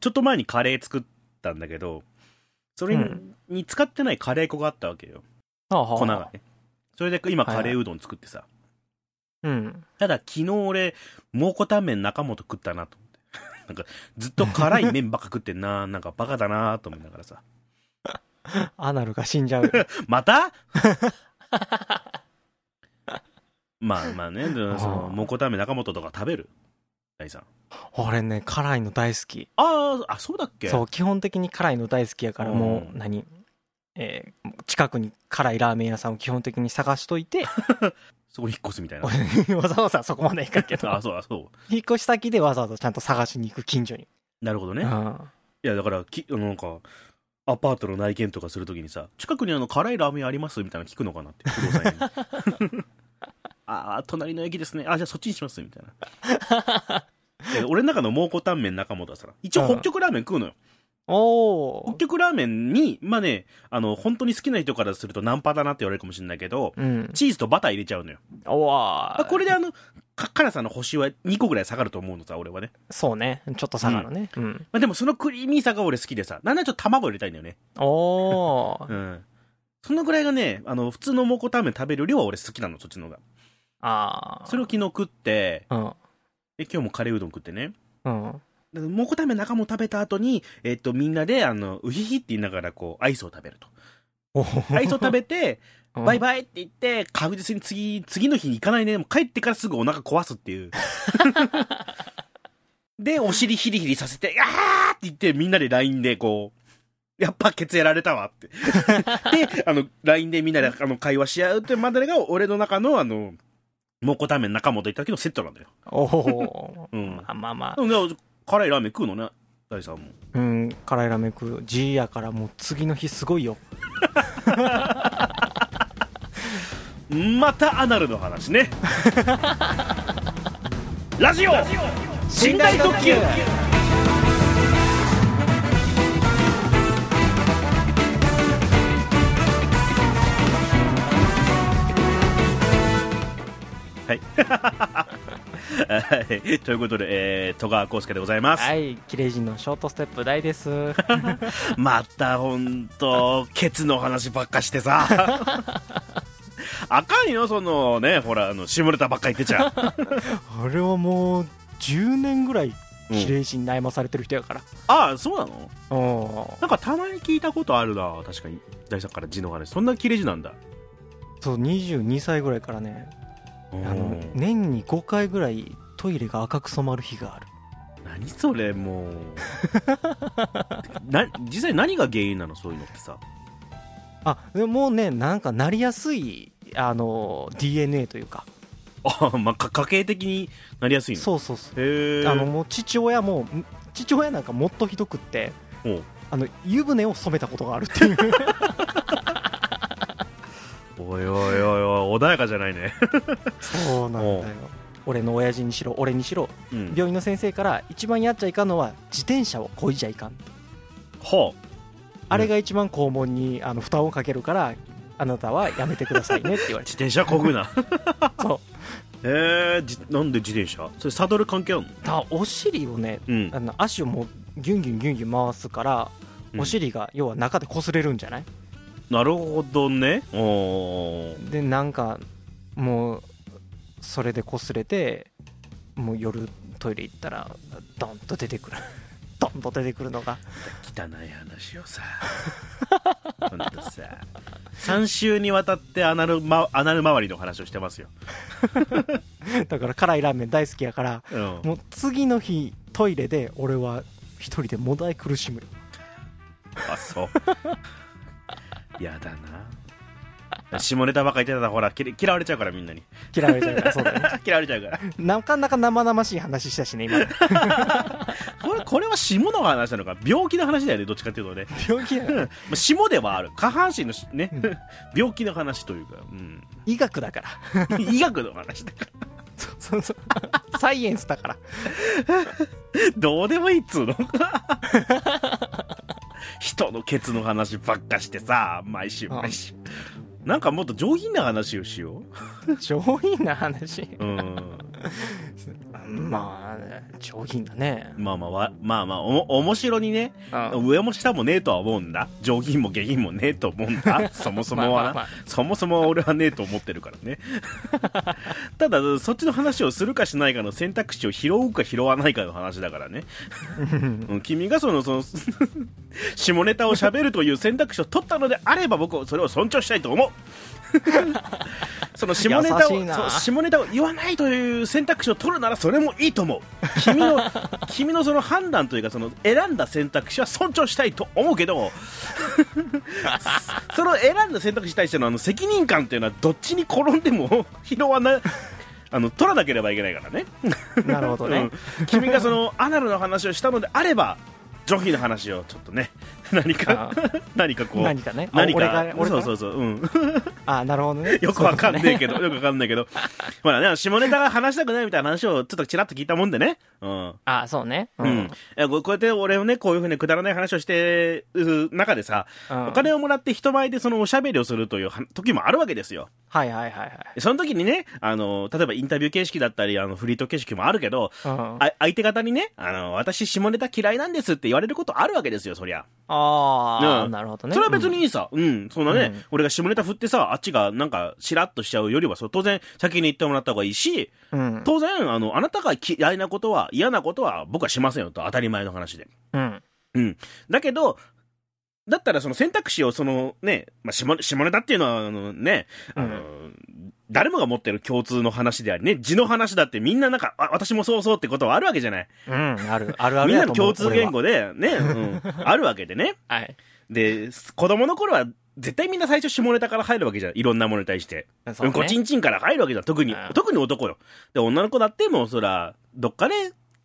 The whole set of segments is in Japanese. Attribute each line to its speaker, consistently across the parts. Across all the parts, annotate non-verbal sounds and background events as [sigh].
Speaker 1: ちょっと前にカレー作ったんだけど、それに,、
Speaker 2: うん
Speaker 1: 使ってないカレー粉があったわけよ。
Speaker 2: はあはあ
Speaker 1: 粉がね。それで今
Speaker 2: はい
Speaker 1: カ
Speaker 2: はい
Speaker 1: レーうどん作ってさ。
Speaker 2: うん。
Speaker 1: ただ昨日俺、蒙古タンメン中本食ったなと思って。 [laughs] なんかずっと辛い麺ばっか食ってんな、 [laughs] なんかバカだなと思いながらさ。
Speaker 2: アナルが死
Speaker 1: [laughs]
Speaker 2: んじゃう。
Speaker 1: ま
Speaker 2: [laughs]
Speaker 1: たまあまあね、でもその、蒙古タンメン中本とか食べる大さん。
Speaker 2: 俺ね、辛いの大好き。
Speaker 1: あーあ、そうだっけ
Speaker 2: そう、基本的に辛いの大好きやから、も
Speaker 1: う
Speaker 2: う、
Speaker 1: ん
Speaker 2: 何えー近くに辛いラーメン屋さんを基本的に探しと
Speaker 1: [laughs]
Speaker 2: いて、
Speaker 1: そこに引っ越すみたいな。
Speaker 2: 俺 [laughs] わざわざそこまで行かんけど
Speaker 1: あ、、そう、あ、そ
Speaker 2: 引っ越し先でわざわざちゃんと探しに行く近所に。
Speaker 1: う。なるほどね。
Speaker 2: うん
Speaker 1: いや、だから、き、なんか、アパートの内見とかするときにさ、近くにあの、辛いラーメンありますみたいなの聞くのかなって、不動産屋に。ああ、隣の駅ですね。あ、じゃあそっちにしますみたいな。い [laughs] や俺の中の蒙古タンメン中本はさ、一応北極ラーメン食うのよ。
Speaker 2: お
Speaker 1: 北
Speaker 2: ー。
Speaker 1: 極ラーメンに、まあね、あの、本当に好きな人からするとナンパだなって言われるかもしれないけど、
Speaker 2: うん。
Speaker 1: チーズとバター入れちゃうのよ。
Speaker 2: おわ
Speaker 1: あこれであの、か辛さの星は2個ぐらい下がると思うのさ、俺はね。
Speaker 2: そうね。ちょっと下がるね。うん。
Speaker 1: まあでもそのクリーミーさが俺好きでさ、なんならちょっと卵入れたいんだよね。
Speaker 2: お
Speaker 1: う
Speaker 2: ー。
Speaker 1: ん。そのぐらいがね、あの、普通の蒙古タンメン食べる量は俺好きなの、そっちの方が。
Speaker 2: あー。
Speaker 1: それを昨日食って、
Speaker 2: うん。
Speaker 1: で、今日もカレーうどん食ってね。
Speaker 2: うん。
Speaker 1: だから蒙古タンメン中も食べた後に、えっと、みんなで、あの、うひひって言いながら、こう、アイスを食べると。アイスを食べて、バイ
Speaker 2: バ
Speaker 1: バイって言って、確実に次、次の日に行かないね。もう帰ってからすぐお腹壊すって
Speaker 2: [laughs]
Speaker 1: いう。で、お尻ヒリヒリさせて、あーって言って、みんなで LINE でこう、やっぱケツやられたわ
Speaker 2: [laughs]
Speaker 1: って。で、あの、LINE でみんなであの会話し合うってまでが、俺の中のあの、モコタンメン中本行った時のセットなんだよ。
Speaker 2: おお
Speaker 1: う
Speaker 2: ー。
Speaker 1: ん
Speaker 2: まあまあまあ
Speaker 1: で。もね、辛いラーメン食うのね、大さんも。
Speaker 2: うん、辛いラーメン食う G やからもう次の日すごいよ。
Speaker 1: またアナルの話 [laughs] ね。ラジオ寝台特急はい。 [laughs] はいということで、えー、戸川康介でございます。
Speaker 2: はい、キレイ人のショートステップ大 [laughs] です。
Speaker 1: またほんと、ケツの話ばっかして [laughs] さ。あかんよ、そのね、ほら、あの、下ネタばっか言ってちゃう。
Speaker 2: あれはもう10年ぐらいキレイ人に悩まされてる人やから。
Speaker 1: ああ、そうなの
Speaker 2: おー
Speaker 1: なんかたまに聞いたことあるな、確かに。大さんから字の話。そんな切れ字なんだ。
Speaker 2: そう、22歳ぐらいからね、
Speaker 1: あ
Speaker 2: あの、年に5回ぐらいトイレが赤く染まる日がある。
Speaker 1: 何それ、も
Speaker 2: [laughs]
Speaker 1: う。な、実際何が原因なの、そういうのってさ。
Speaker 2: あ、でももうね、なんかなりやすい、あの、DNA というか。
Speaker 1: あまあ、か家系的になりやすいの。
Speaker 2: そうそうそう。
Speaker 1: へえ。
Speaker 2: あの、もう父親も、ん父親なんかもっとひどくって、
Speaker 1: おう
Speaker 2: あの、湯船を染めたことがあるっていう。
Speaker 1: おいおいおいおい、穏やかじゃないね。
Speaker 2: そうなんだよ
Speaker 1: おう
Speaker 2: 俺の親父にしろ俺にしろ
Speaker 1: うん。
Speaker 2: 病院の先生から一番やっちゃいかんのは自転車をこいじゃいかん
Speaker 1: ほう。
Speaker 2: あれが一番肛門にあの負担をかけるからあなたはやめてくださいねって言われて
Speaker 1: [laughs] 自転車こぐ
Speaker 2: [laughs]
Speaker 1: な。
Speaker 2: そう
Speaker 1: えー、じなんで自転車それサドル関係あるの
Speaker 2: だお尻をね
Speaker 1: うん
Speaker 2: あの足をもうギュンギュンギュンギュン回すから
Speaker 1: うん
Speaker 2: お尻が要は中で擦れるんじゃない
Speaker 1: なるほどねおー
Speaker 2: でなんかもうそれで擦れてもう夜トイレ行ったらドンと出てくる [laughs] ドンと出てくるのが
Speaker 1: 汚い話をさ [laughs] ほんとさ3週にわたってアナル、ま、アナル周りの話をしてますよ、
Speaker 2: だから辛いラーメン大好きやから
Speaker 1: うん、
Speaker 2: もう次の日トイレで俺は一人でもだえ苦しむよ
Speaker 1: あそうやだな下ネタばっか言ってたらほらきれ嫌われちゃうからみんなに [laughs]
Speaker 2: 嫌われちゃうからそうだよね
Speaker 1: 嫌われちゃうから
Speaker 2: なかなか生々しい話したしね今
Speaker 1: これこれは下の話なのか病気の話だよねどっちかっていうとね
Speaker 2: 病気やから
Speaker 1: まあ下ではある下半身のしね、
Speaker 2: うん
Speaker 1: [laughs] 病気の話というか、うん、
Speaker 2: 医学だから
Speaker 1: 医学の話だか
Speaker 2: そうそうそうサイエンスだから
Speaker 1: らどうでもいいっつうの [laughs] 人のケツの話ばっかしてさ毎週毎週なんかもっと上品な話をしよ
Speaker 2: 上品な話
Speaker 1: ううん
Speaker 2: うんまあ上品だね
Speaker 1: まあまあわ、まあまあ、おも、面白にね、
Speaker 2: うん
Speaker 1: 上も下もねえとは思うんだ。上品も下品もねえと思うん
Speaker 2: [laughs]
Speaker 1: だ。そもそもはな。
Speaker 2: まあまあまあ
Speaker 1: そもそもは俺はねえと思ってるからね。 [laughs] ただ、そっちの話をするかしないかの選択肢を拾うか拾わないかの話だからね。
Speaker 2: [laughs]
Speaker 1: うん君がその、その、下ネタを喋るという選択肢を取ったのであれば僕はそれを尊重したいと [laughs] 思う。その下ネタ
Speaker 2: 優しい
Speaker 1: を
Speaker 2: な
Speaker 1: そう下ネタを言わないという選択肢を取るならそれもいいと思う君の [laughs] 君のその判断というかその選んだ選択肢は尊重したいと思うけ [laughs] どその選んだ選択肢に対してのあの責任感というのはどっちに転んでも [laughs] 拾わないあの取らなければいけないからね
Speaker 2: なるほどね、
Speaker 1: うん君がその [laughs] アナルの話をしたのであれば上品の話をちょっとね [laughs] 何か
Speaker 2: あ
Speaker 1: [laughs] 何かこう
Speaker 2: 何かねあ
Speaker 1: 何
Speaker 2: 俺が
Speaker 1: か
Speaker 2: 俺が
Speaker 1: そうそうそう、うん、 [laughs]
Speaker 2: あなるほどね
Speaker 1: よくわかんねえけ
Speaker 2: ど
Speaker 1: ど、よくわかんないけど。ほらね、下ネタが話したくないみたいな話をちょっとちらっと聞いたもんでね。うん。
Speaker 2: あそうね
Speaker 1: うん。いやこうこうやって俺をね、こういうふうにくだらない話をしてる中でさ、
Speaker 2: うん
Speaker 1: お金をもらって人前でそのおしゃべりをするというは時もあるわけですよ。
Speaker 2: はいはいはい
Speaker 1: その時にね、あの、例えばインタビュー形式だったり、あの、フリート形式もあるけど、
Speaker 2: はい、うん、あ
Speaker 1: あ相手方にね、あの、私下ネタ嫌いなんですって言われることあるわけですよ、そりゃ。
Speaker 2: あー、
Speaker 1: うん
Speaker 2: なるほどね
Speaker 1: それは別にいいさ。うん、そんなね、
Speaker 2: うん
Speaker 1: 俺が下ネタ振ってさ、あっちがなんか、しらっとしちゃうよりは、そう当然、先に言ってもらった方がいいし、
Speaker 2: うん、うん
Speaker 1: 当然、あの、あなたが嫌いなことは、嫌なことは僕はしませんよと、当たり前の話で。
Speaker 2: うん
Speaker 1: うん。だけど、だったらその選択肢をそのね、まあ、下下ネタっていうのはあのね、あの、
Speaker 2: う
Speaker 1: 誰もが持ってる共通の話でありね、字の話だってみんななんか、あ私もそうそうってことはあるわけじゃない。
Speaker 2: うん、あるあるある
Speaker 1: みんな
Speaker 2: やと思
Speaker 1: の共
Speaker 2: う
Speaker 1: 通言
Speaker 2: こ
Speaker 1: 語でね、うん、あるわけでね。
Speaker 2: れははい
Speaker 1: で、子供の頃は絶対みんな最初下ネタから入るわけじゃん。いろんなものに対して。
Speaker 2: そううん
Speaker 1: こち
Speaker 2: ね
Speaker 1: んちんから入るわけじゃん。特に
Speaker 2: うん、
Speaker 1: 特に男よ。で、女の子だってもうそら、どっかで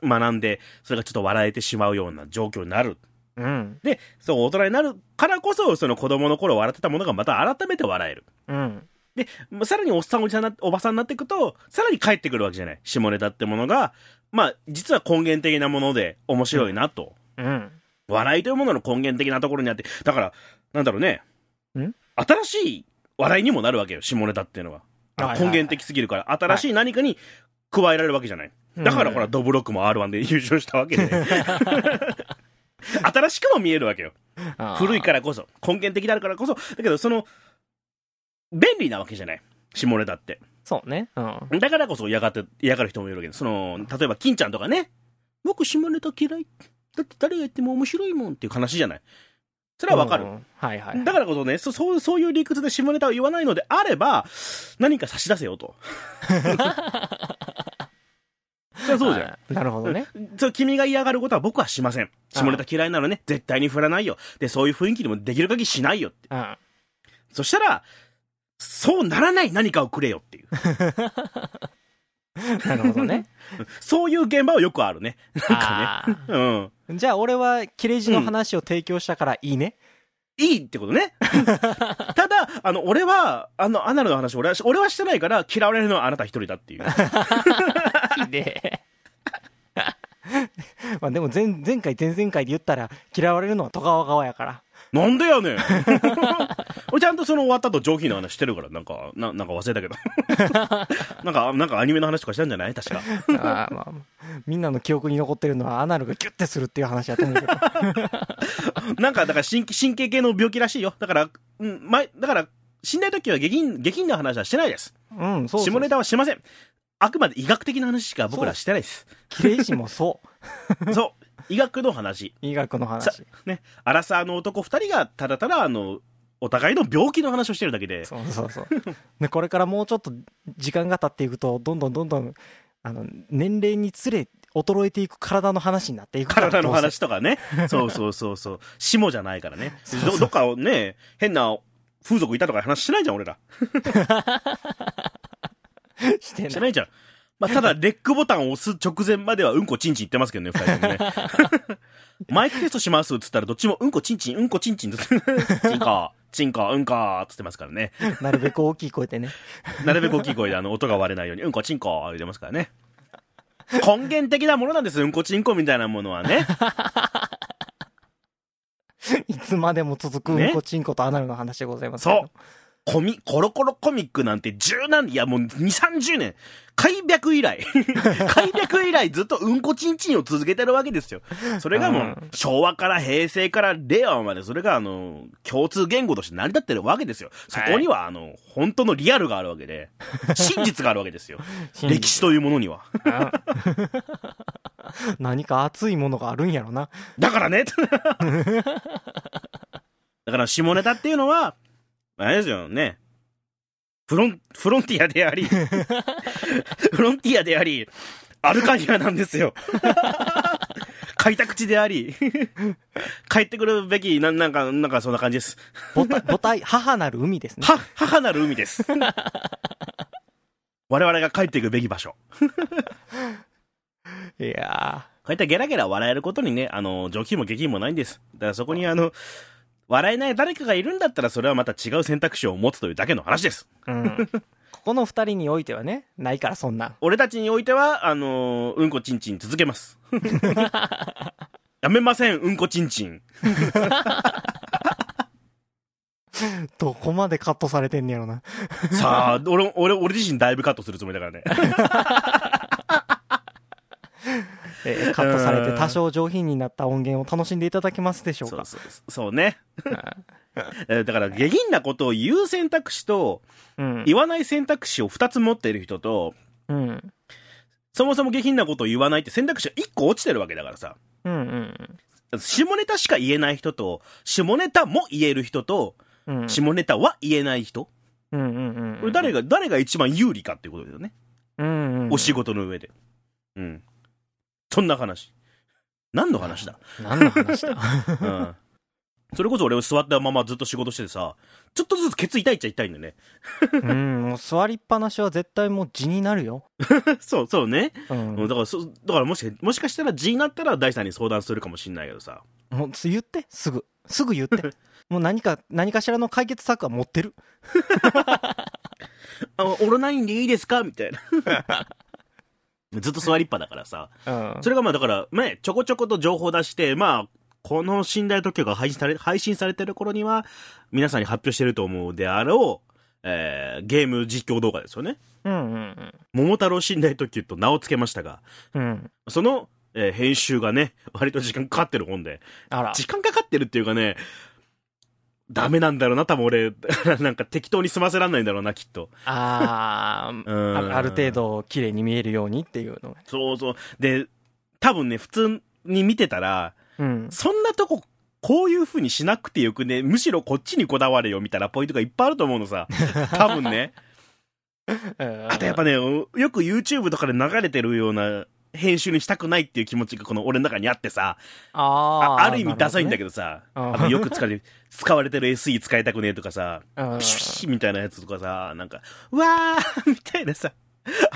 Speaker 1: 学んで、それがちょっと笑えてしまうような状況になる。
Speaker 2: うん
Speaker 1: で、そう、大人になるからこそ、その子供の頃笑ってたものがまた改めて笑える。
Speaker 2: うん
Speaker 1: で、まあさらにおっさんおじさんな、おばさんになっていくと、さらに帰ってくるわけじゃない。下ネタってものが、まあ、実は根源的なもので面白いなと。
Speaker 2: うん
Speaker 1: 笑いというものの根源的なところにあって、だから、なんだろうね。
Speaker 2: ん
Speaker 1: 新しい笑いにもなるわけよ、下ネタっていうのは。あの
Speaker 2: はいはい
Speaker 1: 根
Speaker 2: はい
Speaker 1: 源的すぎるから、新しい何かに加えられるわけじゃない。だからほら、ドブロックも R1 で優勝したわけ
Speaker 2: [laughs]
Speaker 1: で。新しくも見えるわけよ。
Speaker 2: ら
Speaker 1: 古いからこそ。根源的であるからこそ。だけど、その、便利なわけじゃない。下ネタって。
Speaker 2: そうねうん
Speaker 1: だからこそ嫌がって、嫌がる人もいるわけです。その、例えば、金ちゃんとかね。僕、下ネタ嫌い。だって誰が言っても面白いもんっていう話じゃない。それはわかる
Speaker 2: う。んはいはい
Speaker 1: だからこそね、そそうそういう理屈で下ネタを言わないのであれば、何か差し出せよ
Speaker 2: [laughs]
Speaker 1: と。そりゃそうじゃん。
Speaker 2: んなるほどね
Speaker 1: そう君が嫌がることは僕はしません。下ネタ嫌いなのね、絶対に振らないよ。で、そういう雰囲気にもできる限りしないよって。
Speaker 2: うん
Speaker 1: そしたら、そうならない何かをくれよっていう。
Speaker 2: なるほ
Speaker 1: [laughs]
Speaker 2: どね
Speaker 1: そういう現場はよくあるね。なんか
Speaker 2: あー
Speaker 1: ね。うん。
Speaker 2: じゃあ俺は切れ字の話を提供したからいいね
Speaker 1: いいってことね。 [laughs] ただ、あの、俺は、あの、アナルの話、俺は、俺はしてないから、嫌われるのはあなた一人だっていう。
Speaker 2: で [laughs] まあでも前前回前々回で言ったら嫌われるのは戸川側やから
Speaker 1: なんでやねん
Speaker 2: [laughs]
Speaker 1: 俺ちゃんとその終わった後上品な話してるから、なんか、ななんか忘れたけど。
Speaker 2: [laughs]
Speaker 1: なんか、なんかアニメの話とかしたんじゃない確か。
Speaker 2: あーまあまあ [laughs] みんなの記憶に残ってるのはアナルがギュッてするっていう話やと思うけど
Speaker 1: なんか、だから神経神経系の病気らしいよ。だから、うん、前、だから、死んだ時は下品、下品な話はしてないです。
Speaker 2: うんそうそう
Speaker 1: 下ネタはしません。あくまで医学的な話しか僕らしてないです。
Speaker 2: 切れ字もそう
Speaker 1: そう。医学の話。
Speaker 2: 医学の
Speaker 1: さ
Speaker 2: 話、
Speaker 1: [laughs] ね、アラサーの男二人がただただ、あの、お互いの病気の話をしてるだけで、
Speaker 2: そうそうそうでこれからもうちょっと時間が経っていくとどんどんどんどんあの年齢につれ衰えていく体の話になっていくから
Speaker 1: 体の
Speaker 2: どうせ
Speaker 1: 話とかね。そうそうそう
Speaker 2: [laughs]
Speaker 1: そう。下じゃないからね。どどっかをね、変な風俗いたとか話しないじゃん、俺ら。
Speaker 2: して
Speaker 1: し
Speaker 2: ない
Speaker 1: ないじゃん。まあ、た
Speaker 2: [laughs]
Speaker 1: だ、レックボタンを押す直前まではうんこちんちん言ってますけどね、二人と
Speaker 2: [laughs]
Speaker 1: もね。マイクテストしますっつったらどっちもうんこちんちん、うんこちんちんって。 [laughs] ちんこ、ちんこ、うんこーっつってますからね。
Speaker 2: なるべく大きい
Speaker 1: [laughs]
Speaker 2: 声でね
Speaker 1: なるべく大きい声であの音が割れないように、うんこちんこ言ってますからね。根源的なものなんですよ、うんこちんこみたいなものはね。
Speaker 2: いつまでも続くうんこちんことアナルの話でございますけど
Speaker 1: そうコミ、コロコロコミックなんて十何、いやもう二、三十年、開闢以来、開闢以来ずっとうんこちんちんを続けてるわけですよ。それがも
Speaker 2: う、
Speaker 1: うん昭和から平成から令和まで、それがあの、共通言語として成り立ってるわけですよ。そこにはあの、本当のリアルがあるわけで、真実があるわけですよ。歴史というものには。
Speaker 2: うん何か熱いものがあるんやろな。
Speaker 1: だからね [laughs] だから下ネタっていうのは、あれですよね。フロン、フロンティアであり、 [laughs] フロンティアであり、アルカニアなんですよ。 [laughs] 開拓地であり、帰ってくるべき、なんなんか、なんかそんな感じです。
Speaker 2: 母体、母
Speaker 1: [laughs]
Speaker 2: 体、母なる海ですね。
Speaker 1: は、母なる海です。我々が帰っていくべき場所。
Speaker 2: いや
Speaker 1: こうやってゲラゲラ笑えることにね、あの、上品も下品もないんです。だからそこにあの、笑えない誰かがいるんだったら、それはまた違う選択肢を持つというだけの話です。[laughs]
Speaker 2: ーうん。ここの二人においてはね、ないからそんなん。
Speaker 1: 俺たちにおいては、あの、うんこちんちん続け
Speaker 2: [laughs]
Speaker 1: ます。やめません、うんこちんちん。
Speaker 2: どこまでカットされてんねやろな。
Speaker 1: さあ、俺、俺、俺自身だいぶカットするつもりだからね。
Speaker 2: えーカットされて多少上品になった音源を楽しんでいただけますでしょう
Speaker 1: そう
Speaker 2: か。
Speaker 1: そう、そうね。えー [laughs] だから、下品なことを言う選択肢と、
Speaker 2: うん。
Speaker 1: 言わない選択肢を二つ持っている人と、
Speaker 2: うん。
Speaker 1: そもそも下品なことを言わないって選択肢が一個落ちてるわけだからさ。
Speaker 2: うんうん
Speaker 1: 下ネタしか言えない人と、下ネタも言える人と、
Speaker 2: うん。うん
Speaker 1: 下ネタは言えない人。
Speaker 2: うんうん
Speaker 1: こ
Speaker 2: う
Speaker 1: れ
Speaker 2: ん。
Speaker 1: 誰が、誰が一番有利かっていうことだよね。
Speaker 2: うんうん。
Speaker 1: お仕事の上で。うん。そんな話。何の
Speaker 2: [laughs]
Speaker 1: 話だ
Speaker 2: 何の話だ
Speaker 1: [laughs] うん。それこそ俺を座ったままずっと仕事しててさ、ちょっとずつケツ痛いっちゃ痛いんだよ
Speaker 2: [laughs]
Speaker 1: ね。
Speaker 2: うん、もう座りっぱなしは絶対もう地になるよ。
Speaker 1: そう、そうね。
Speaker 2: うん。
Speaker 1: うんだから、そ、だからもし、もしかしたら G になったら第三に相談するかもしんないけどさ。
Speaker 2: もう言って、すぐ。すぐ言って。もう何か、何かしらの解決策は持ってる。
Speaker 1: あ、オロナインでいいですかみたい
Speaker 2: [laughs]
Speaker 1: な。ずっと座りっぱだからさ。
Speaker 2: うん
Speaker 1: それがまあだから、ね、ちょこちょこと情報出して、まあ、この寝台特許が配信され、配信されてる頃には、皆さんに発表してると思うであろう、えー、ゲーム実況動画ですよね。
Speaker 2: うんうん
Speaker 1: 桃太郎寝台特許と名を付けましたが、
Speaker 2: うん。うん。
Speaker 1: その、えー編集がね、割と時間かかってる本で、
Speaker 2: あら。
Speaker 1: 時間かかってるっていうかね、ダメなんだろうな、多分俺、 [laughs] なんか適当に済ませらんないんだろうな、きっと。
Speaker 2: あー
Speaker 1: うん
Speaker 2: あある程度綺麗に見えるようにっていうのが。
Speaker 1: そうそう。で、多分ね、普通に見てたら、
Speaker 2: うん。
Speaker 1: そんなとこ、こういう風にしなくてよくね、むしろこっちにこだわれよ、みたいなポイントがいっぱいあると思うのさ。 [laughs] 多分ね。あとやっぱね、よく YouTube とかで流れてるような編集にしたくないっていう気持ちがこの俺の中にあってさ、
Speaker 2: あ
Speaker 1: あ
Speaker 2: ー
Speaker 1: ある意味ダサいんだけ
Speaker 2: ど
Speaker 1: どさ、
Speaker 2: うん
Speaker 1: あのよく使われて、使われてる SE 使いたくねえとかさ、
Speaker 2: ね。うん
Speaker 1: ピシュッシュみたいなやつとかさ、なんか、うわー [laughs] みたいなさ、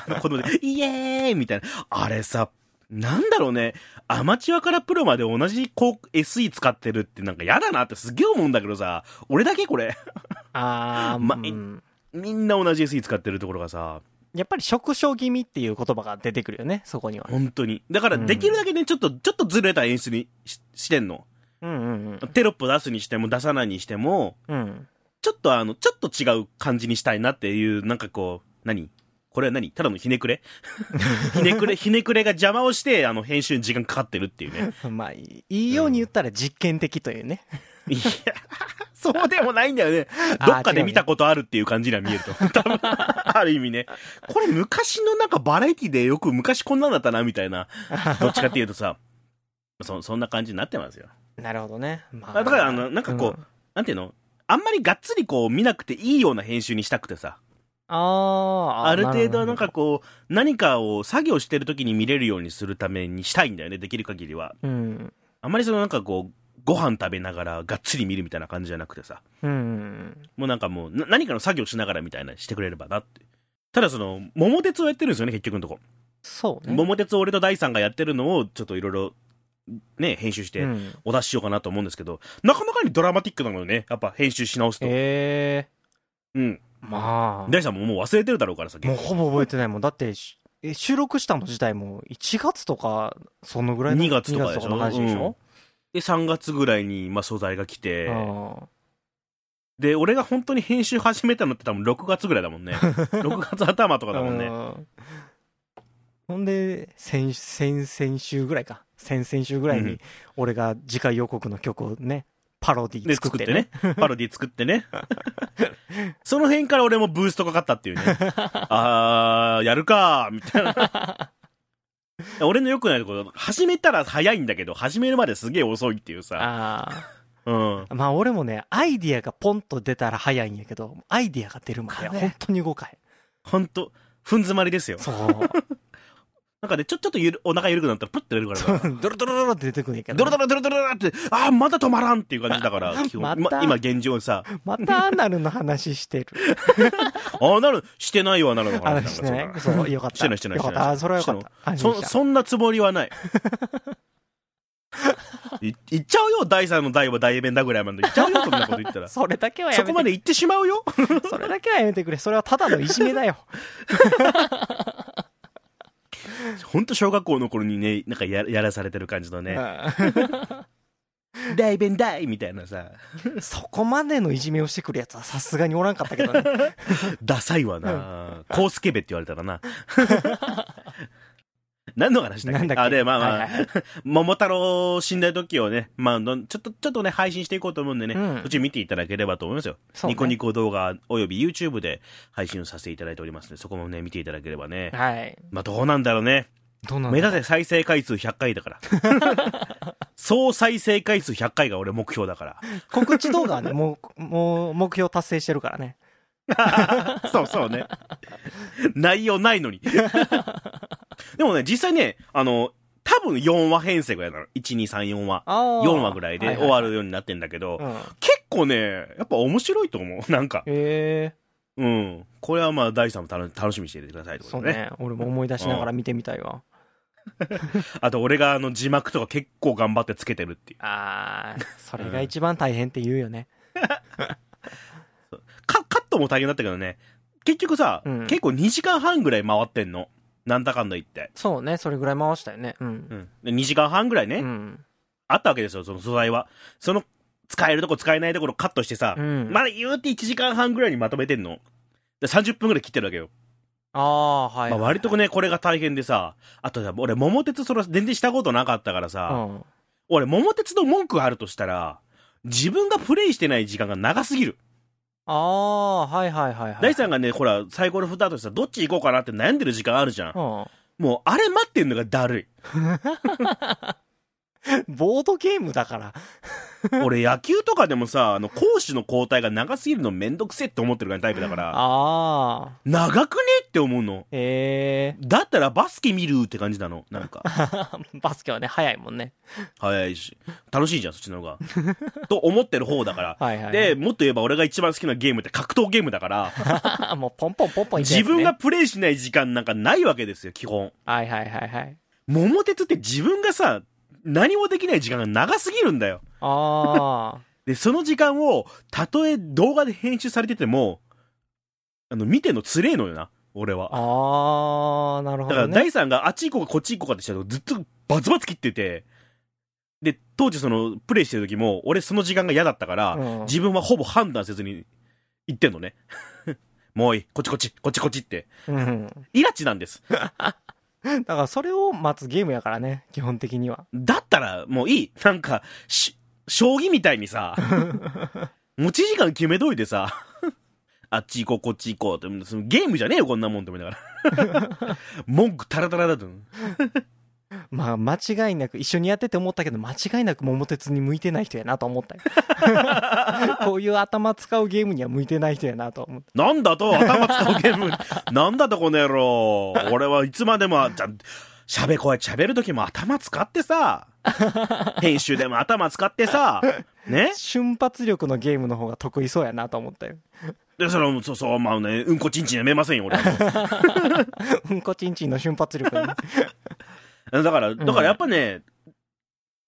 Speaker 1: あの子供
Speaker 2: [laughs]
Speaker 1: で、イエーイみたいな。あれさ、なんだろうね、アマチュアからプロまで同じこう SE 使ってるってなんか嫌だなってすげえ思うんだけどさ、俺だけこれ、 [laughs]
Speaker 2: あー
Speaker 1: ま
Speaker 2: うん
Speaker 1: みんな同じ SE 使ってるところがさ、
Speaker 2: やっぱり職所気味っていう言葉が出てくるよね、そこには。
Speaker 1: 本当に。だから
Speaker 2: うん
Speaker 1: できるだけね、ちょっと、ちょっとずれた演出にししてんの。
Speaker 2: うんうん
Speaker 1: テロップ出すにしても出さないにしても、
Speaker 2: うん。うん。
Speaker 1: ちょっとあの、ちょっと違う感じにしたいなっていう、なんかこう、何これは何ただのひねくれ [laughs] ひねくれ、ひねくれが邪魔をして、あの、編集に時間かかってるっていうね。
Speaker 2: [laughs] まあ、いいように言ったら実験的というね。
Speaker 1: いや、 [laughs] そうでもないんだよね
Speaker 2: あ。ー
Speaker 1: どっかで見たことあるっていう感じには見えると。多分ある意味ね。これ昔のなんかバラエティでよく昔こんなんだったな、みたいな。どっちかっていうとさ、そ、そんな感じになってますよ。
Speaker 2: なるほどね。ま
Speaker 1: あだからあのなんかこう
Speaker 2: うん
Speaker 1: なんていうのあんまりがっつりこう見なくていいような編集にしたくてさ。
Speaker 2: あー
Speaker 1: ある程度はなんか、こう、何かを作業してる時に見れるようにするためにしたいんだよね、できる限りは。
Speaker 2: なるほどうん。
Speaker 1: あまりそのなんかこう、ご飯食べながらがっつり見るみたいな感じじゃなくてさ、
Speaker 2: うん。
Speaker 1: もうなんかもう、な何かの作業しながらみたいなしてくれればなって。ただその、桃鉄をやってるんですよね、結局のとこ。
Speaker 2: そうね。
Speaker 1: 桃鉄を俺と大さんがやってるのを、ちょっといろいろ、ね、編集し
Speaker 2: う
Speaker 1: て、
Speaker 2: ん
Speaker 1: お出ししようかなと思うんですけど、なかなかにドラマティックなのよね、やっぱ編集し直すと。
Speaker 2: え
Speaker 1: うん。
Speaker 2: ー、まあ。
Speaker 1: 大さんももう忘れてるだろうからさ、
Speaker 2: もう
Speaker 1: 結構
Speaker 2: ほぼ覚えてないもん。
Speaker 1: [laughs]
Speaker 2: だってし、え収録したの自体も1月とか、そのぐらいの
Speaker 1: 2月とかでしょ
Speaker 2: の話でしょ、
Speaker 1: で、3月ぐらいに、まあ、素材が来て、
Speaker 2: あ
Speaker 1: で、俺が本当に編集始めたのって多分6月ぐらいだもんね。6月頭とか
Speaker 2: ー
Speaker 1: だもんね。
Speaker 2: うんほんで先先々週ぐらいか先々週ぐらいうに
Speaker 1: ん
Speaker 2: 俺が次回予告の曲をねパロディ
Speaker 1: で、
Speaker 2: 作
Speaker 1: 作
Speaker 2: っ
Speaker 1: ってて
Speaker 2: ね
Speaker 1: ね。パロディ作ってね。その辺から俺もブーストかかったっていうね。
Speaker 2: [laughs]
Speaker 1: あー、やるかー、みたいな。俺の良くないところ、始めたら早いんだけど、始めるまですげえ遅いっていうさ。
Speaker 2: あ
Speaker 1: うん。
Speaker 2: あまあ俺もねアイディアがポンと出たら早いんやけどアイディアが出るまでは
Speaker 1: かね
Speaker 2: 本当に動かへ
Speaker 1: ほんと、ふん詰まりですよ
Speaker 2: ん。そう
Speaker 1: なんかね、ちょ、ちょっとゆるお腹緩くなったらプッて出るからな。
Speaker 2: [laughs] ドロドロドロって出てくるんやけど
Speaker 1: ドロドロドロドロドロって、あー、まだ止まらんっていう感じだ
Speaker 2: [laughs]
Speaker 1: から、基本。
Speaker 2: また
Speaker 1: 今、今現状さ、
Speaker 2: またアナルの話してる
Speaker 1: ああ、なる、してないわ、なるのかな。
Speaker 2: 話してない
Speaker 1: んかそうだ
Speaker 2: そうよかった
Speaker 1: してないしてない
Speaker 2: よかっ
Speaker 1: して
Speaker 2: た
Speaker 1: ない
Speaker 2: あそれはよかっ
Speaker 1: して
Speaker 2: た安心
Speaker 1: そ、
Speaker 2: [laughs] した
Speaker 1: そんなつもりはない。い、言っちゃうよ、第3の第は大弁だぐらいまで。言っちゃうよ、
Speaker 2: [laughs]
Speaker 1: そんなこと言ったら。そ
Speaker 2: それだけはやめて
Speaker 1: こまで言ってしまうよ。
Speaker 2: それだけはやめてくれそれはただのいじめだよ
Speaker 1: ほんと小学校の頃にね、なんかややらされてる感じの [laughs] ね、大弁大みたいなさ、
Speaker 2: うんそこまでのいじめをしてくるやつはさすがにおらんかったけ
Speaker 1: [laughs]
Speaker 2: どね
Speaker 1: ダサいわな。コースケベって言われたら
Speaker 2: [laughs]
Speaker 1: な。何の話だっけ
Speaker 2: なんだっけ
Speaker 1: あ、で、まあまあ、
Speaker 2: はいはいはい
Speaker 1: 桃太郎死んだ時をね、まあ、どんちょっと、ちょっとね、配信していこうと思うんでね、
Speaker 2: うん
Speaker 1: 途中見ていただければと思いますよ。
Speaker 2: そうね
Speaker 1: ニコニコ動画および YouTube で配信をさせていただいておりますので、そこもね、見ていただければね。
Speaker 2: はい
Speaker 1: まあ、どうなんだろうね。
Speaker 2: どうなん
Speaker 1: 目
Speaker 2: だ
Speaker 1: 指せ再生回数100回だから。 [laughs] 総再生回数100回が俺目標だか
Speaker 2: 告知動画はねもうもう目標達成してるからね
Speaker 1: ら。 [laughs] そうそうね。内容ないの [laughs] に。でもね、実際ね、あの、多分4話編成ぐらいなの。1、2、3、4話。
Speaker 2: 4
Speaker 1: 4話ぐらいで終わるようになってんだけど、
Speaker 2: うん、
Speaker 1: 結構ね、やっぱ面白いと思う。 [laughs] なんか。
Speaker 2: え
Speaker 1: うん。これはまあ、第3も楽楽しみにしていてくださいっ
Speaker 2: え
Speaker 1: てこ
Speaker 2: そ
Speaker 1: と
Speaker 2: う
Speaker 1: ね。
Speaker 2: ね俺も思い出しながら見てみたいわ、
Speaker 1: あと、俺があの字幕とか結構頑張ってつけてるっていう。
Speaker 2: あーそれが一番大変って言うよね、
Speaker 1: かカットも大変だったけどね。結局さ、
Speaker 2: うん
Speaker 1: 結構2時間半ぐらい回ってんの。なんだかんだ言って。
Speaker 2: そうねそれぐらい回したよねうん
Speaker 1: うん。で2時間半ぐらいね、
Speaker 2: うん
Speaker 1: あったわけですよ、その素材は。その、使えるとこ使えないところカットしてさ、
Speaker 2: うん
Speaker 1: まだ言うて1時間半ぐらいにまとめてんの。で30分ぐらい切ってるわけよ。
Speaker 2: ああーはい、
Speaker 1: まあ、割とこね、これが大変でさ、あとさ、俺、桃鉄それ全然したことなかったからさ、
Speaker 2: うん
Speaker 1: 俺、桃鉄の文句があるとしたら、自分がプレイしてない時間が長すぎる。
Speaker 2: ああはいはいはいはい
Speaker 1: 大地さんがね、ほら、サイコロ振った後にさ、どっち行こうかなって悩んでる時間あるじゃん。
Speaker 2: う
Speaker 1: もう、あれ待ってんのがだ
Speaker 2: [laughs]
Speaker 1: る
Speaker 2: ん、ボードゲームだから
Speaker 1: い。俺、野球とかでもさ、あの、攻守の交代が長すぎるのめんどくせえって思ってるからタイプだから、
Speaker 2: [laughs] ああ
Speaker 1: 長くねって思うの。
Speaker 2: ええ
Speaker 1: だったらバスケ見るって感じなの。なん
Speaker 2: [laughs]
Speaker 1: か、
Speaker 2: バスケはね早いもんね
Speaker 1: 早いし。楽しいじゃん、そっちの方
Speaker 2: [laughs]
Speaker 1: が。と思ってる方だから。
Speaker 2: はいはい [laughs]
Speaker 1: で、もっと言えば俺が一番好きなゲームって格闘ゲームだから、
Speaker 2: もうポンポン [laughs] ポンポンいくやつね
Speaker 1: 自分がプレイしない時間なんかないわけですよ、基本。
Speaker 2: はいはいはいはい
Speaker 1: 桃鉄って自分がさ、何もできない時間が長すぎるんだよ。
Speaker 2: ああ
Speaker 1: で、その時間を、たとえ動画で編集されてても、あの、見てんのつれえのよな、俺は。
Speaker 2: ああなる
Speaker 1: だ
Speaker 2: ほ
Speaker 1: から、
Speaker 2: どね
Speaker 1: 第さんがあっち行こうかこっち行こうかってしたらずっとバツバツ切ってて、で、当時その、プレイしてる時も、俺その時間が嫌だったから、
Speaker 2: うん
Speaker 1: 自分はほぼ判断せずに、言ってんのね。 [laughs] もういい、こっちこっち、こっちこっちって。
Speaker 2: うん
Speaker 1: イラチなんです。
Speaker 2: だからそれを待つゲームやからね基本的には
Speaker 1: だったら、もういい。なんか、し、将棋みたいにさ、持ち時間決めといてさ、 [laughs] あっち行こう、こっち行こうって、そのゲームじゃねえよ、こんなもんって思いながら。 [laughs] 文句タラタラだと。
Speaker 2: まあ間違いなく一緒にやってて思ったけど間違いなく桃鉄に向いてない人やなと思ったよ [laughs] こういう頭使うゲームには向いてない人やなと思って
Speaker 1: なんだと、頭使うゲーム。なんだと、この野郎。俺はいつまでも、じゃ、喋、こうやって喋る時も頭使ってさ、編集でも頭使ってさ、ね
Speaker 2: 瞬発力のゲームの方が得意そうやなと思ったよ
Speaker 1: で、それそうそう、まあね、うんこちんちんやめませんよ、俺はもう
Speaker 2: うんこちんちんの瞬発力に
Speaker 1: だから、だからやっぱね、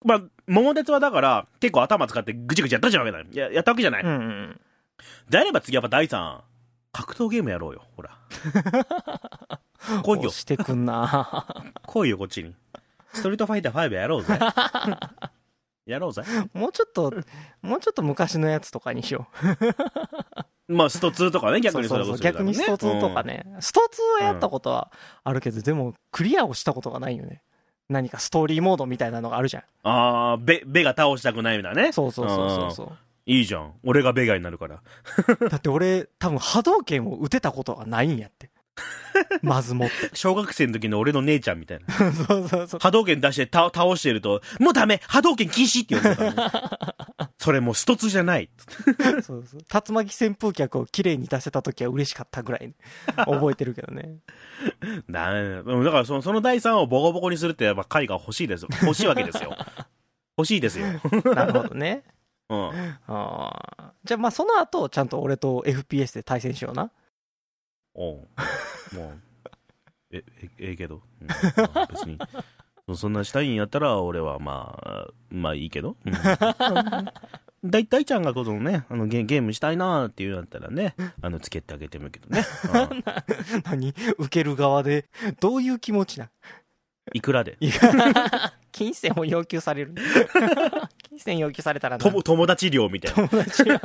Speaker 1: まあ、桃鉄はだから、結構頭使ってぐちぐちやったじゃんわけない。ややったわけじゃない。
Speaker 2: うんうん
Speaker 1: であれば次やっぱ第3、格闘ゲームやろうよ、ほ
Speaker 2: [laughs]
Speaker 1: ら。来いよ
Speaker 2: 押、してくんな
Speaker 1: 来いよ、こっちに。ストリートファイター5やろう
Speaker 2: [laughs]
Speaker 1: ぜ。やろうぜ。
Speaker 2: もうちょっともうちょっと昔のやつとかにしよう
Speaker 1: まあ、スト2とかね、 [laughs] 逆にそれこ
Speaker 2: う
Speaker 1: そう
Speaker 2: 逆にスト2とか
Speaker 1: ね。
Speaker 2: ね、スト2はやったことはあるけど、でもクリアをしたことがないよね何かストーリーモードみたいなのがあ
Speaker 1: [laughs]
Speaker 2: るじゃん
Speaker 1: うんああ、ベ、ベが倒したくないみたいなね。
Speaker 2: そうそうそうそうそう
Speaker 1: いいじゃん。俺がベガになるから。
Speaker 2: だって俺多分波動拳を打てたことがないんやって
Speaker 1: [laughs]
Speaker 2: まずもって [laughs]
Speaker 1: 小学生の時の俺の姉ちゃんみたいな。
Speaker 2: そうそう [laughs] そう
Speaker 1: 波動拳出してた倒してると、もうダメ波動拳禁止って言われたからね。それもうスト2じゃない。
Speaker 2: そうそう竜巻旋風脚を綺麗に出せた時は嬉しかったぐらい覚えてるけど
Speaker 1: [laughs]
Speaker 2: ね
Speaker 1: なうんだからその、その第3をボコボコにするってやっぱ回が欲しいです。欲しいわけですよ。欲しいですよ。
Speaker 2: なるほどね
Speaker 1: うん。
Speaker 2: あーじゃあまあその後ちゃんと俺と FPS で対戦しような
Speaker 1: おうもう、え、えええけど。うんまあ別に。そそんなしたいんやったら、俺はまあ、まあいいけど。うんだい大ちゃんがこそね、あのゲゲームしたいなーっていうんやったらね、あの、つけてあげてもいいけどね。うん
Speaker 2: 何受ける側でどういう気持ちなん
Speaker 1: いくらで。
Speaker 2: いや金銭を要求される [laughs] 金銭要求されたらな
Speaker 1: とも友達料みたいな。
Speaker 2: 友達や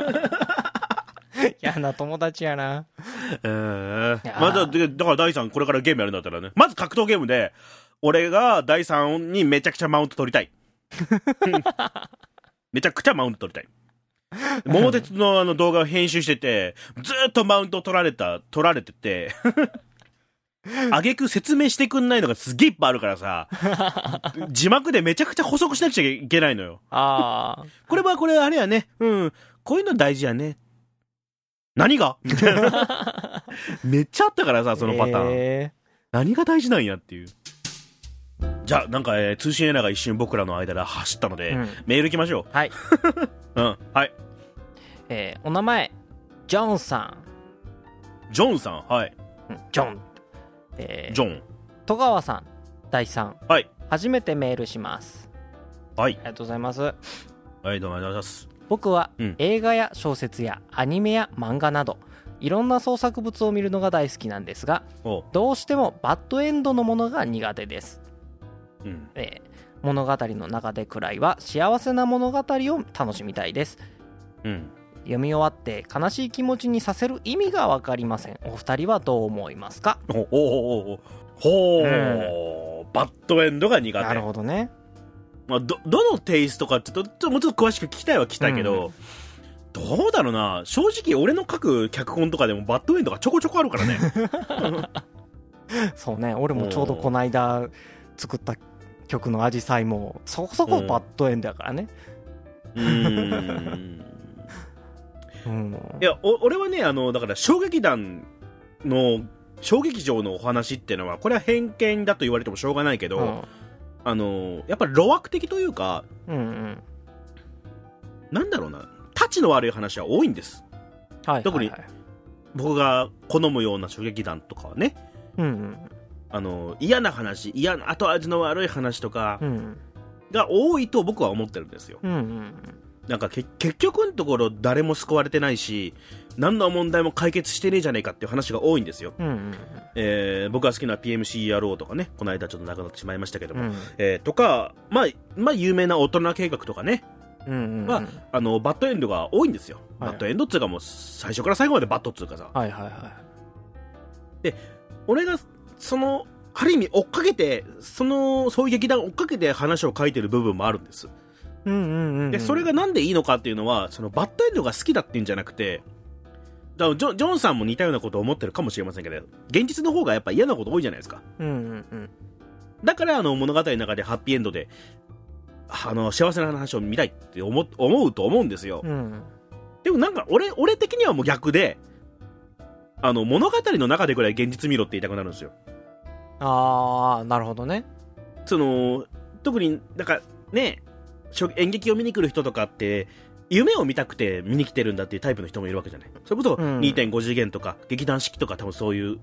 Speaker 2: 嫌な友達やな
Speaker 1: えー
Speaker 2: いやー
Speaker 1: まあ、だだだから第3これからゲームやるんだったらね、まず格闘ゲームで、俺が第3にめちゃくちゃマウント取りたい。 [laughs] めちゃくちゃマウント取りたい。桃鉄のあの動画を編集してて、ずーっとマウント取られた、取られて
Speaker 2: [laughs]
Speaker 1: て、あげく説明してくんないのがすげえいっぱいあるからさ、字幕でめちゃくちゃ補足しなくちゃいけないのよ。
Speaker 2: あ
Speaker 1: これはこれあれやね。うん。こういうの大事やね。何
Speaker 2: [laughs]
Speaker 1: がみたいな。めっちゃあったからさ、
Speaker 2: あ
Speaker 1: そのパターン。
Speaker 2: え
Speaker 1: 何が大事なんやっていう。じゃあ、なんか、えー通信エラーが一瞬僕らの間で走ったので、
Speaker 2: うん
Speaker 1: メール行きましょ
Speaker 2: ーは
Speaker 1: [laughs] う。
Speaker 2: い、
Speaker 1: うん。はい。
Speaker 2: えーお名前ジョンさ
Speaker 1: ジョンさん。はい。
Speaker 2: んうんジョン、えー
Speaker 1: ジョン。
Speaker 2: 戸川さん第3
Speaker 1: はい。
Speaker 2: 初めてメールします
Speaker 1: はい
Speaker 2: あ。りがとうございます
Speaker 1: はい、どうもありがとうございます。
Speaker 2: 僕は
Speaker 1: うん
Speaker 2: 映画や小説やアニメや漫画などいろんな創作物を見るのが大好きなんですが
Speaker 1: おう。
Speaker 2: どうしてもバッドエンドのものが苦手です、
Speaker 1: うん。
Speaker 2: えー物語の中でくらいは幸せな物語を楽しみたいです
Speaker 1: うん。
Speaker 2: 読み終わって悲しい気持ちにさせる意味が分かりませんお二人はどう思いますか
Speaker 1: おおおおおほう、バッドエンドが苦手。
Speaker 2: なるほど
Speaker 1: [laughs]
Speaker 2: ね
Speaker 1: まあ、どどのテイストかちょっとちょっともうちょっと詳しく聞きたいは聞きたいけど、どうだろうな正直俺の書く脚本とかでもバッドエンドがちょこちょこある
Speaker 2: [laughs]
Speaker 1: からね
Speaker 2: そうね俺もちょうどこの間作った曲の「アジサイもそこそこバッドエンドやからね、
Speaker 1: うーん
Speaker 2: うん、
Speaker 1: いやお俺はねあのだから小劇団の小劇場のお話っていうのはこれは偏見だと言われてもしょうがないけど、
Speaker 2: うん
Speaker 1: あのやっぱり路悪的というか
Speaker 2: うんうん
Speaker 1: なんだろうなタチの悪い話は多いんです
Speaker 2: はい
Speaker 1: 特に
Speaker 2: はいはい
Speaker 1: 僕が好むような小劇団とかはね
Speaker 2: うんうん
Speaker 1: あの嫌な話嫌な後味の悪い話とか、
Speaker 2: うん
Speaker 1: が多いと僕は思ってるんですよ
Speaker 2: うんうん
Speaker 1: なんかけ結局のところ誰も救われてないし何の問題も解決してねえじゃねえかっていう話が多いんですよ、
Speaker 2: うんうん
Speaker 1: えー僕が好きな PMCRO とかねこの間ちょっとなくなってしまいましたけど
Speaker 2: う
Speaker 1: も、
Speaker 2: ん
Speaker 1: えーとか、まあ、まあ有名な大人計画とかね
Speaker 2: うんうん
Speaker 1: はあのバッドエンドが多いんですよ、
Speaker 2: はい
Speaker 1: バッドエンドっつうかもう最初から最後までバッドっつうかさ
Speaker 2: はいはいは
Speaker 1: 俺がそのある意味追っかけてそのそういう劇団を追っかけて話を書いてる部分もあるんです
Speaker 2: いうんうんうんうん
Speaker 1: でそれがなんでいいのかっていうのはそのバッドエンドが好きだっていうんじゃなくてだからジョンジョンさんも似たようなことを思ってるかもしれませんけど現実の方がやっぱ嫌なこと多いじゃないですか
Speaker 2: うんうんうん
Speaker 1: だからあの物語の中でハッピーエンドであの幸せな話を見たいって思思うと思うんですよ
Speaker 2: うん
Speaker 1: でもなんか俺俺的にはもう逆であの物語の中でくらい現実見ろって言いたくなるんですよ
Speaker 2: ああなるほどね
Speaker 1: その特になんかねしょ演劇を見に来る人とかって夢を見たくて見に来てるんだっていうタイプの人もいるわけじゃないそれこそ
Speaker 2: うん
Speaker 1: 2.5次元とか劇団四季とか多分そういう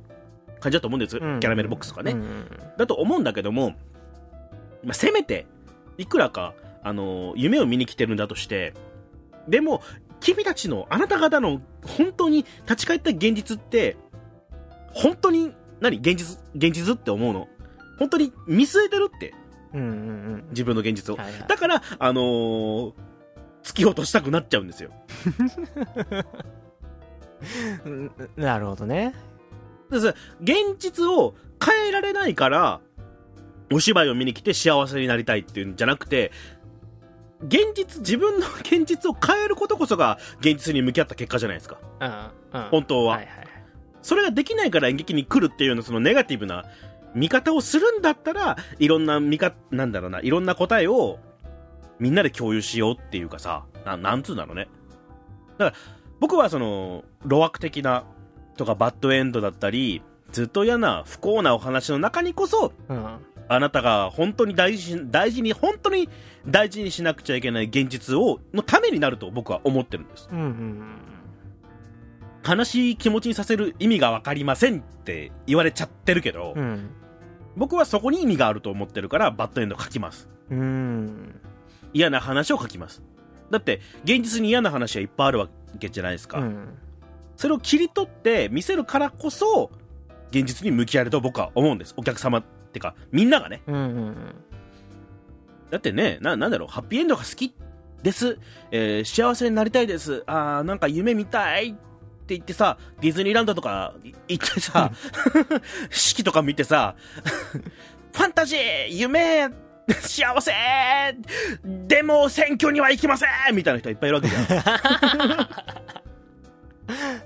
Speaker 1: 感じだと思うんです、
Speaker 2: うん
Speaker 1: キャラメルボックスとかね、
Speaker 2: うんうん
Speaker 1: だと思うんだけども、まあ、せめていくらか、あの夢を見に来てるんだとしてでも君たちのあなた方の本当に立ち返った現実って本当に何現実現実って思うの本当に見据えてるって
Speaker 2: うんうん
Speaker 1: 自分の現実
Speaker 2: うん
Speaker 1: を。
Speaker 2: はいはい
Speaker 1: だから、あのー突き落としたくなっちゃうんですよ。
Speaker 2: うんなるほどね。
Speaker 1: でさ現実を変えられないから、お芝居を見に来て幸せになりたいっていうんじゃなくて、現実、自分の現実を変えることこそが現実に向き合った結果じゃないですか。
Speaker 2: うん。うん。
Speaker 1: 本当は。
Speaker 2: はいはいはい。
Speaker 1: それができないから演劇に来るっていうようなそのネガティブな見方をするんだったら、いろんな見方、なんだろうな、いろんな答えをみんなで共有しようっていうかさ、ななんつうんだろうね。だから、僕はその、路悪的なとかバッドエンドだったり、ずっと嫌な不幸なお話の中にこそ、
Speaker 2: うん。
Speaker 1: あなたが本当に大事に、大事に、本当に大事にしなくちゃいけない現実を、のためになると僕は思ってるんです。
Speaker 2: うんうん
Speaker 1: 悲しい気持ちにさせる意味が分かりませんって言われちゃってるけど、
Speaker 2: うん。うん。
Speaker 1: 僕はそこに意味があると思ってるからバッドエンド書きます
Speaker 2: うん。
Speaker 1: 嫌な話を書きますだって現実に嫌な話はいっぱいあるわけじゃないですか、
Speaker 2: うん。
Speaker 1: それを切り取って見せるからこそ現実に向き合えると僕は思うんですお客様ってかみんながね
Speaker 2: うんうん。
Speaker 1: だってねななんだろうハッピーエンドが好きです、えー幸せになりたいですあーなんか夢見たいって言ってさディズニーランドとかい行ってさ、 [laughs] 四季とか見てさ [laughs] ファンタジー夢幸せでも選挙には行きませんみたいな人いっぱいいるわけじゃん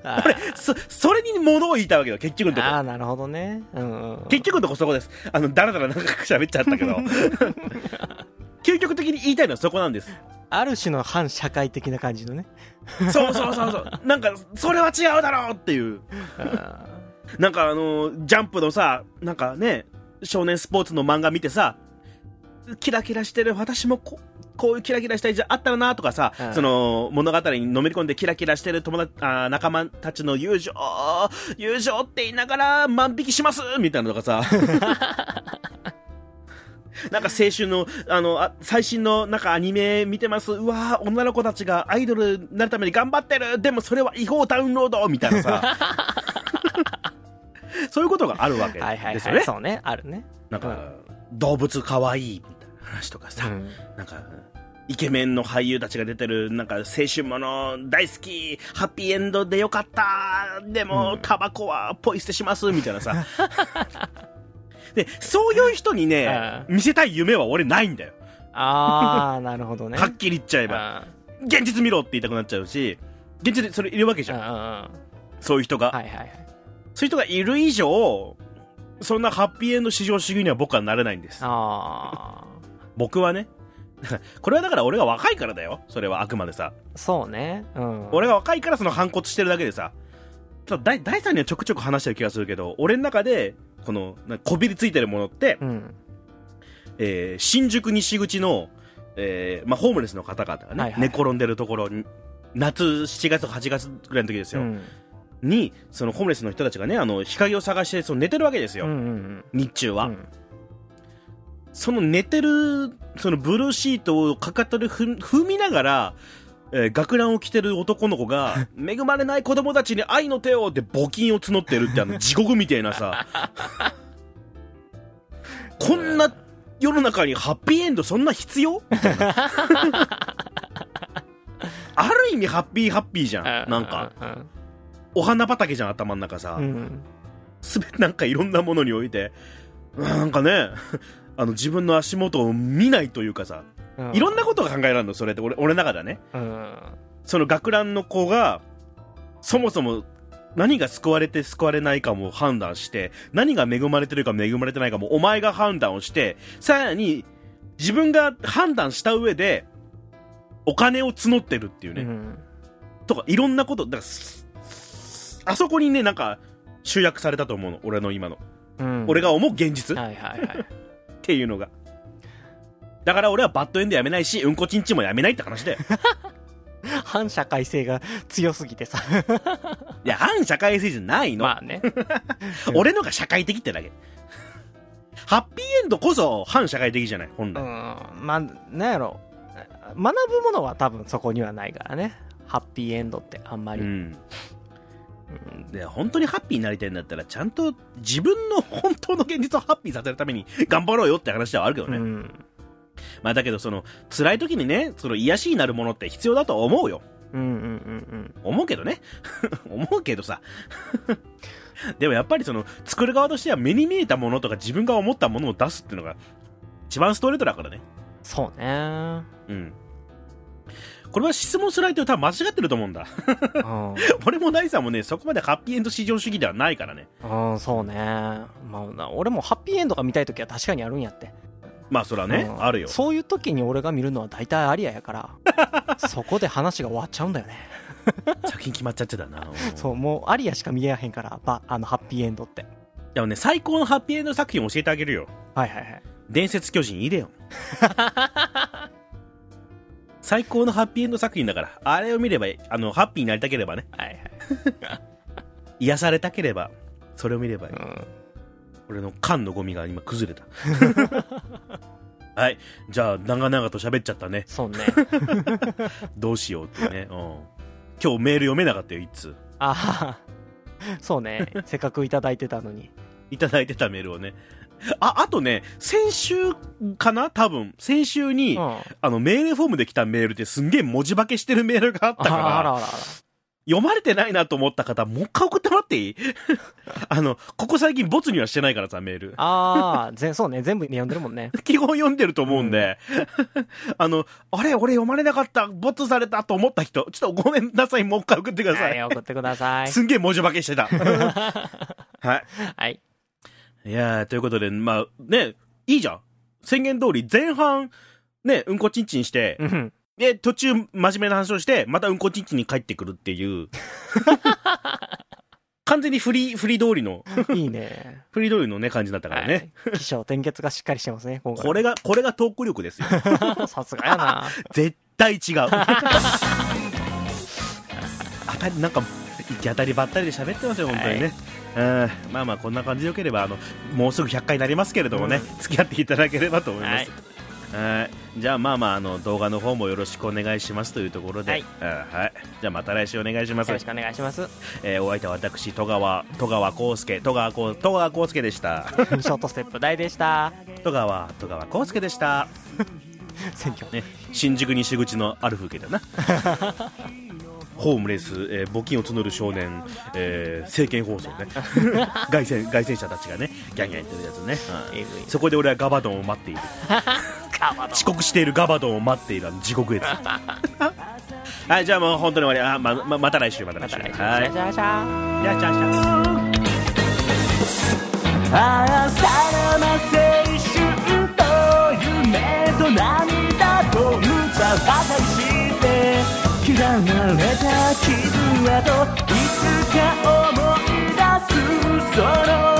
Speaker 2: [laughs] あ
Speaker 1: そそれに物を言いたいわけよ結局のとこ
Speaker 2: あー、なるほどね。うんうん。
Speaker 1: 結局のとこそこですあのだらだら長く喋っちゃった
Speaker 2: [laughs]
Speaker 1: けど究極的に言いたいのはそこなんです
Speaker 2: ある種の反社会的な感じのね。
Speaker 1: そうそうそうそう。なんか、それは違うだろうっていう。
Speaker 2: あ
Speaker 1: なんかあのージャンプのさ、なんかね、少年スポーツの漫画見てさ、キラキラしてる私もここういうキラキラしたいじゃあったらなとかさ、
Speaker 2: うん
Speaker 1: その物語にのめり込んでキラキラしてる友達あー仲間たちの友情友情って言いながら万引きしますみたいなのとかさなんか青春のあのあ最新のなんかアニメ見てますうわー女の子たちがアイドルになるために頑張ってるでもそれは違法ダウンロードみたいな
Speaker 2: [laughs]
Speaker 1: さそういうことがあるわけ
Speaker 2: ーはいはい
Speaker 1: ですよ
Speaker 2: は
Speaker 1: ね
Speaker 2: い。。そうね。あるね。
Speaker 1: なん
Speaker 2: う
Speaker 1: か、動物かわいいみたいな話とかさ、
Speaker 2: ん。
Speaker 1: なんか、イケメンの俳優たちが出てる、なんか、青春もの大好き、ハッピーエンドでよかった、で
Speaker 2: う
Speaker 1: も
Speaker 2: ん、
Speaker 1: タバコはポイ捨てします、みたいな
Speaker 2: [laughs]
Speaker 1: さ。で、そういう人にね、見せたい夢は俺ないんだよ。
Speaker 2: ああ、なるほどね。
Speaker 1: はっきり言っちゃえば。
Speaker 2: あ
Speaker 1: 現実見ろって言いたくなっちゃうし、現実でそれいるわけじ
Speaker 2: ー
Speaker 1: ゃ。
Speaker 2: うんんうんうん
Speaker 1: そういう人が。
Speaker 2: はいはいはい。
Speaker 1: そういう人がいる以上、そんなハッピーエンド至上主義には僕はなれないんです。
Speaker 2: ああ。
Speaker 1: 僕はね [laughs] これはだから俺が若いからだよそれはあくまでさ
Speaker 2: そうね。うん。
Speaker 1: 俺が若いからその反骨してるだけでさただ第第三にはちょくちょく話してる気がするけど俺の中でこのなこびりついてるものって、
Speaker 2: うん。
Speaker 1: えー新宿西口の、えーまあ、ホームレスの方々がね、
Speaker 2: はいはい
Speaker 1: 寝転んでるところに夏7月とか8月ぐらいの時です
Speaker 2: う
Speaker 1: よ、
Speaker 2: ん。
Speaker 1: にそのホームレスの人たちがねあの日陰を探してその寝てるわけです
Speaker 2: う
Speaker 1: よ、
Speaker 2: んうん
Speaker 1: 日中
Speaker 2: う
Speaker 1: は、
Speaker 2: ん。うん
Speaker 1: その寝てる、そのブルーシートをかかとで踏踏みながら、えー学ランを着てる男の子
Speaker 2: [laughs]
Speaker 1: が、恵まれない子供たちに愛の手をって募金を募ってるってあの地獄みたいなさ、こんな世の中にハッピーエンドそんな必要みたい
Speaker 2: [laughs]
Speaker 1: なある意味ハッピーハッピーじゃん。なんか、。お花畑じゃん、頭の中さ。
Speaker 2: うんうん。
Speaker 1: すべてなんかいろんなものにおいて、なんかね、 [laughs] あの自分の足元を見ないというかさ、
Speaker 2: うん
Speaker 1: いろんなことが考えられるの、それって俺、俺の中ではね。
Speaker 2: うん。
Speaker 1: その学ランの子が、そもそも何が救われて救われないかも判断して、何が恵まれてるか恵まれてないかもお前が判断をして、さらに自分が判断した上で、お金を募ってるっていうね。
Speaker 2: うん
Speaker 1: とかいろんなことだからすすあそこにねなんか集約されたと思うの俺の今の、
Speaker 2: うん。
Speaker 1: 俺が思う現実っ
Speaker 2: はいはいはい。
Speaker 1: ていうのがだから俺はバッドエンドやめないしうんこちんちんもやめないって
Speaker 2: [laughs]
Speaker 1: 話だよ
Speaker 2: [laughs] 反社会性が強すぎてさ。
Speaker 1: いや反社会性じゃないの、
Speaker 2: [laughs] まあね。
Speaker 1: 俺のが社会的ってだけハッピーエンドこそ反社会的じゃない本
Speaker 2: う
Speaker 1: 来、
Speaker 2: ん。まあ、なんやろ。学ぶものは多分そこにはないからね。ハッピーエンドってあんま
Speaker 1: う
Speaker 2: り。
Speaker 1: んで本当にハッピーになりたいんだったらちゃんと自分の本当の現実をハッピーさせるために頑張ろうよって話ではあるけど
Speaker 2: う
Speaker 1: ね、
Speaker 2: ん。
Speaker 1: まあだけどその辛い時にねその癒しになるものって必要だと思うよ
Speaker 2: うんうんうん
Speaker 1: 思うけどね [laughs] 思うけどさでもやっぱりその作る側としては目に見えたものとか自分が思ったものを出すっていうのが一番ストレートだからね
Speaker 2: そうね [laughs] うん
Speaker 1: うんこれは質問する相手を多分間違ってると思うんだ [laughs]
Speaker 2: あ
Speaker 1: 俺も大さんもねそこまでハッピーエンド至上主義ではないからね
Speaker 2: ーそうねまあ俺もハッピーエンドが見たい時は確かにあるんやって
Speaker 1: まあそらね、
Speaker 2: うん
Speaker 1: あるよ
Speaker 2: そういう時に俺が見るのは大体アリアや [laughs] からそこで話が終わっちゃうんだよね
Speaker 1: 作品決まっちゃってたなうん
Speaker 2: そうもうアリアしか見えへんからばあのハッピーエンドって
Speaker 1: でもね最高のハッピーエンド作品教えてあげるよ
Speaker 2: はいはいはい
Speaker 1: 伝説巨人イ
Speaker 2: [laughs]
Speaker 1: デオン最高のハッピーエンド作品だからあれを見ればあのハッピーになりたければね
Speaker 2: はいはい、
Speaker 1: 癒されたければそれを見ればいい
Speaker 2: うん
Speaker 1: 俺の缶のゴミが今崩れた
Speaker 2: [laughs]
Speaker 1: はいじゃあ長々と喋っちゃったね
Speaker 2: そうね
Speaker 1: どうしようってね、うん、今日メール読めなかったよ一通
Speaker 2: [laughs] ああそうねせっかくいただいてたのに
Speaker 1: いただいてたメールをねああとね先週かな多分先週
Speaker 2: う
Speaker 1: に、
Speaker 2: んあ
Speaker 1: あのメールフォームで来たメールですんげえ文字化けしてるメールがあったから
Speaker 2: あらあらあら
Speaker 1: 読まれてないなと思った方、もう一回送ってもらってい [laughs] いあの、ここ最近ボツにはしてないからさ、メール。
Speaker 2: ああぜそうね全部読んでるもん
Speaker 1: [laughs]
Speaker 2: ね
Speaker 1: 基本読んでると思うんで、あの、あれ俺読まれなかった、ボツされたと思った人、ちょっとごめんなさい、もう一回送ってくださ。
Speaker 2: はいい送ってください
Speaker 1: すんげえ文字化け
Speaker 2: [laughs]
Speaker 1: してた。は [laughs]
Speaker 2: はい
Speaker 1: い。いやー、ということで、まあ、ね、いいじゃん。宣言通り、前半、ね、うんこちんちんして、
Speaker 2: うん
Speaker 1: で、途中、真面目な話をして、またうんこちんちんに帰ってくるって
Speaker 2: [laughs]
Speaker 1: いう。完全にフリー、フリー通りの、
Speaker 2: いいね
Speaker 1: フリー通りのね、感じだったからね。
Speaker 2: はい、起承転結がしっかりしてますね今回
Speaker 1: これが、これがトーク力ですよ。
Speaker 2: さすが
Speaker 1: [laughs]
Speaker 2: やな
Speaker 1: 絶対違う。当たり、なんか、行き当たりばったりで喋ってますよ、本当にね。うん、まあまあ、こんな感じでよければ、あの、もうすぐ100回になりますけれどもね、付き合っていただければと思います。はいじゃあまあまああの動画の方もよろしくお願いしますというところで、
Speaker 2: はい
Speaker 1: うんはい、じゃあまた来週お願いします
Speaker 2: よろし、くお願いしますシ
Speaker 1: えーお相手は私戸川戸川康介戸川こう戸川康介でした [laughs]
Speaker 2: ョートステップ大でした
Speaker 1: 戸川戸川康介でした
Speaker 2: 選挙
Speaker 1: ね、新宿西口のある風景
Speaker 2: [laughs]
Speaker 1: だなホームレス、えー募金を募る少年、えー政見放送
Speaker 2: [laughs]
Speaker 1: ね凱旋凱旋者たちがねギャンギャン言ってるやつね、うん
Speaker 2: えぐい
Speaker 1: そこで俺はガバドンを待っている
Speaker 2: かまど
Speaker 1: 遅刻しているガバドンを待っているあの地
Speaker 2: [laughs]
Speaker 1: 獄絵図はいじゃあもう本当に終わりあまままた来週また
Speaker 2: ま
Speaker 1: 来週
Speaker 2: た来週
Speaker 1: はい
Speaker 2: シャシャシャ
Speaker 1: じゃあじゃあじゃあ
Speaker 3: ああさらば青春と夢と涙と無茶ばかりして刻まれた傷跡いつか思い出すその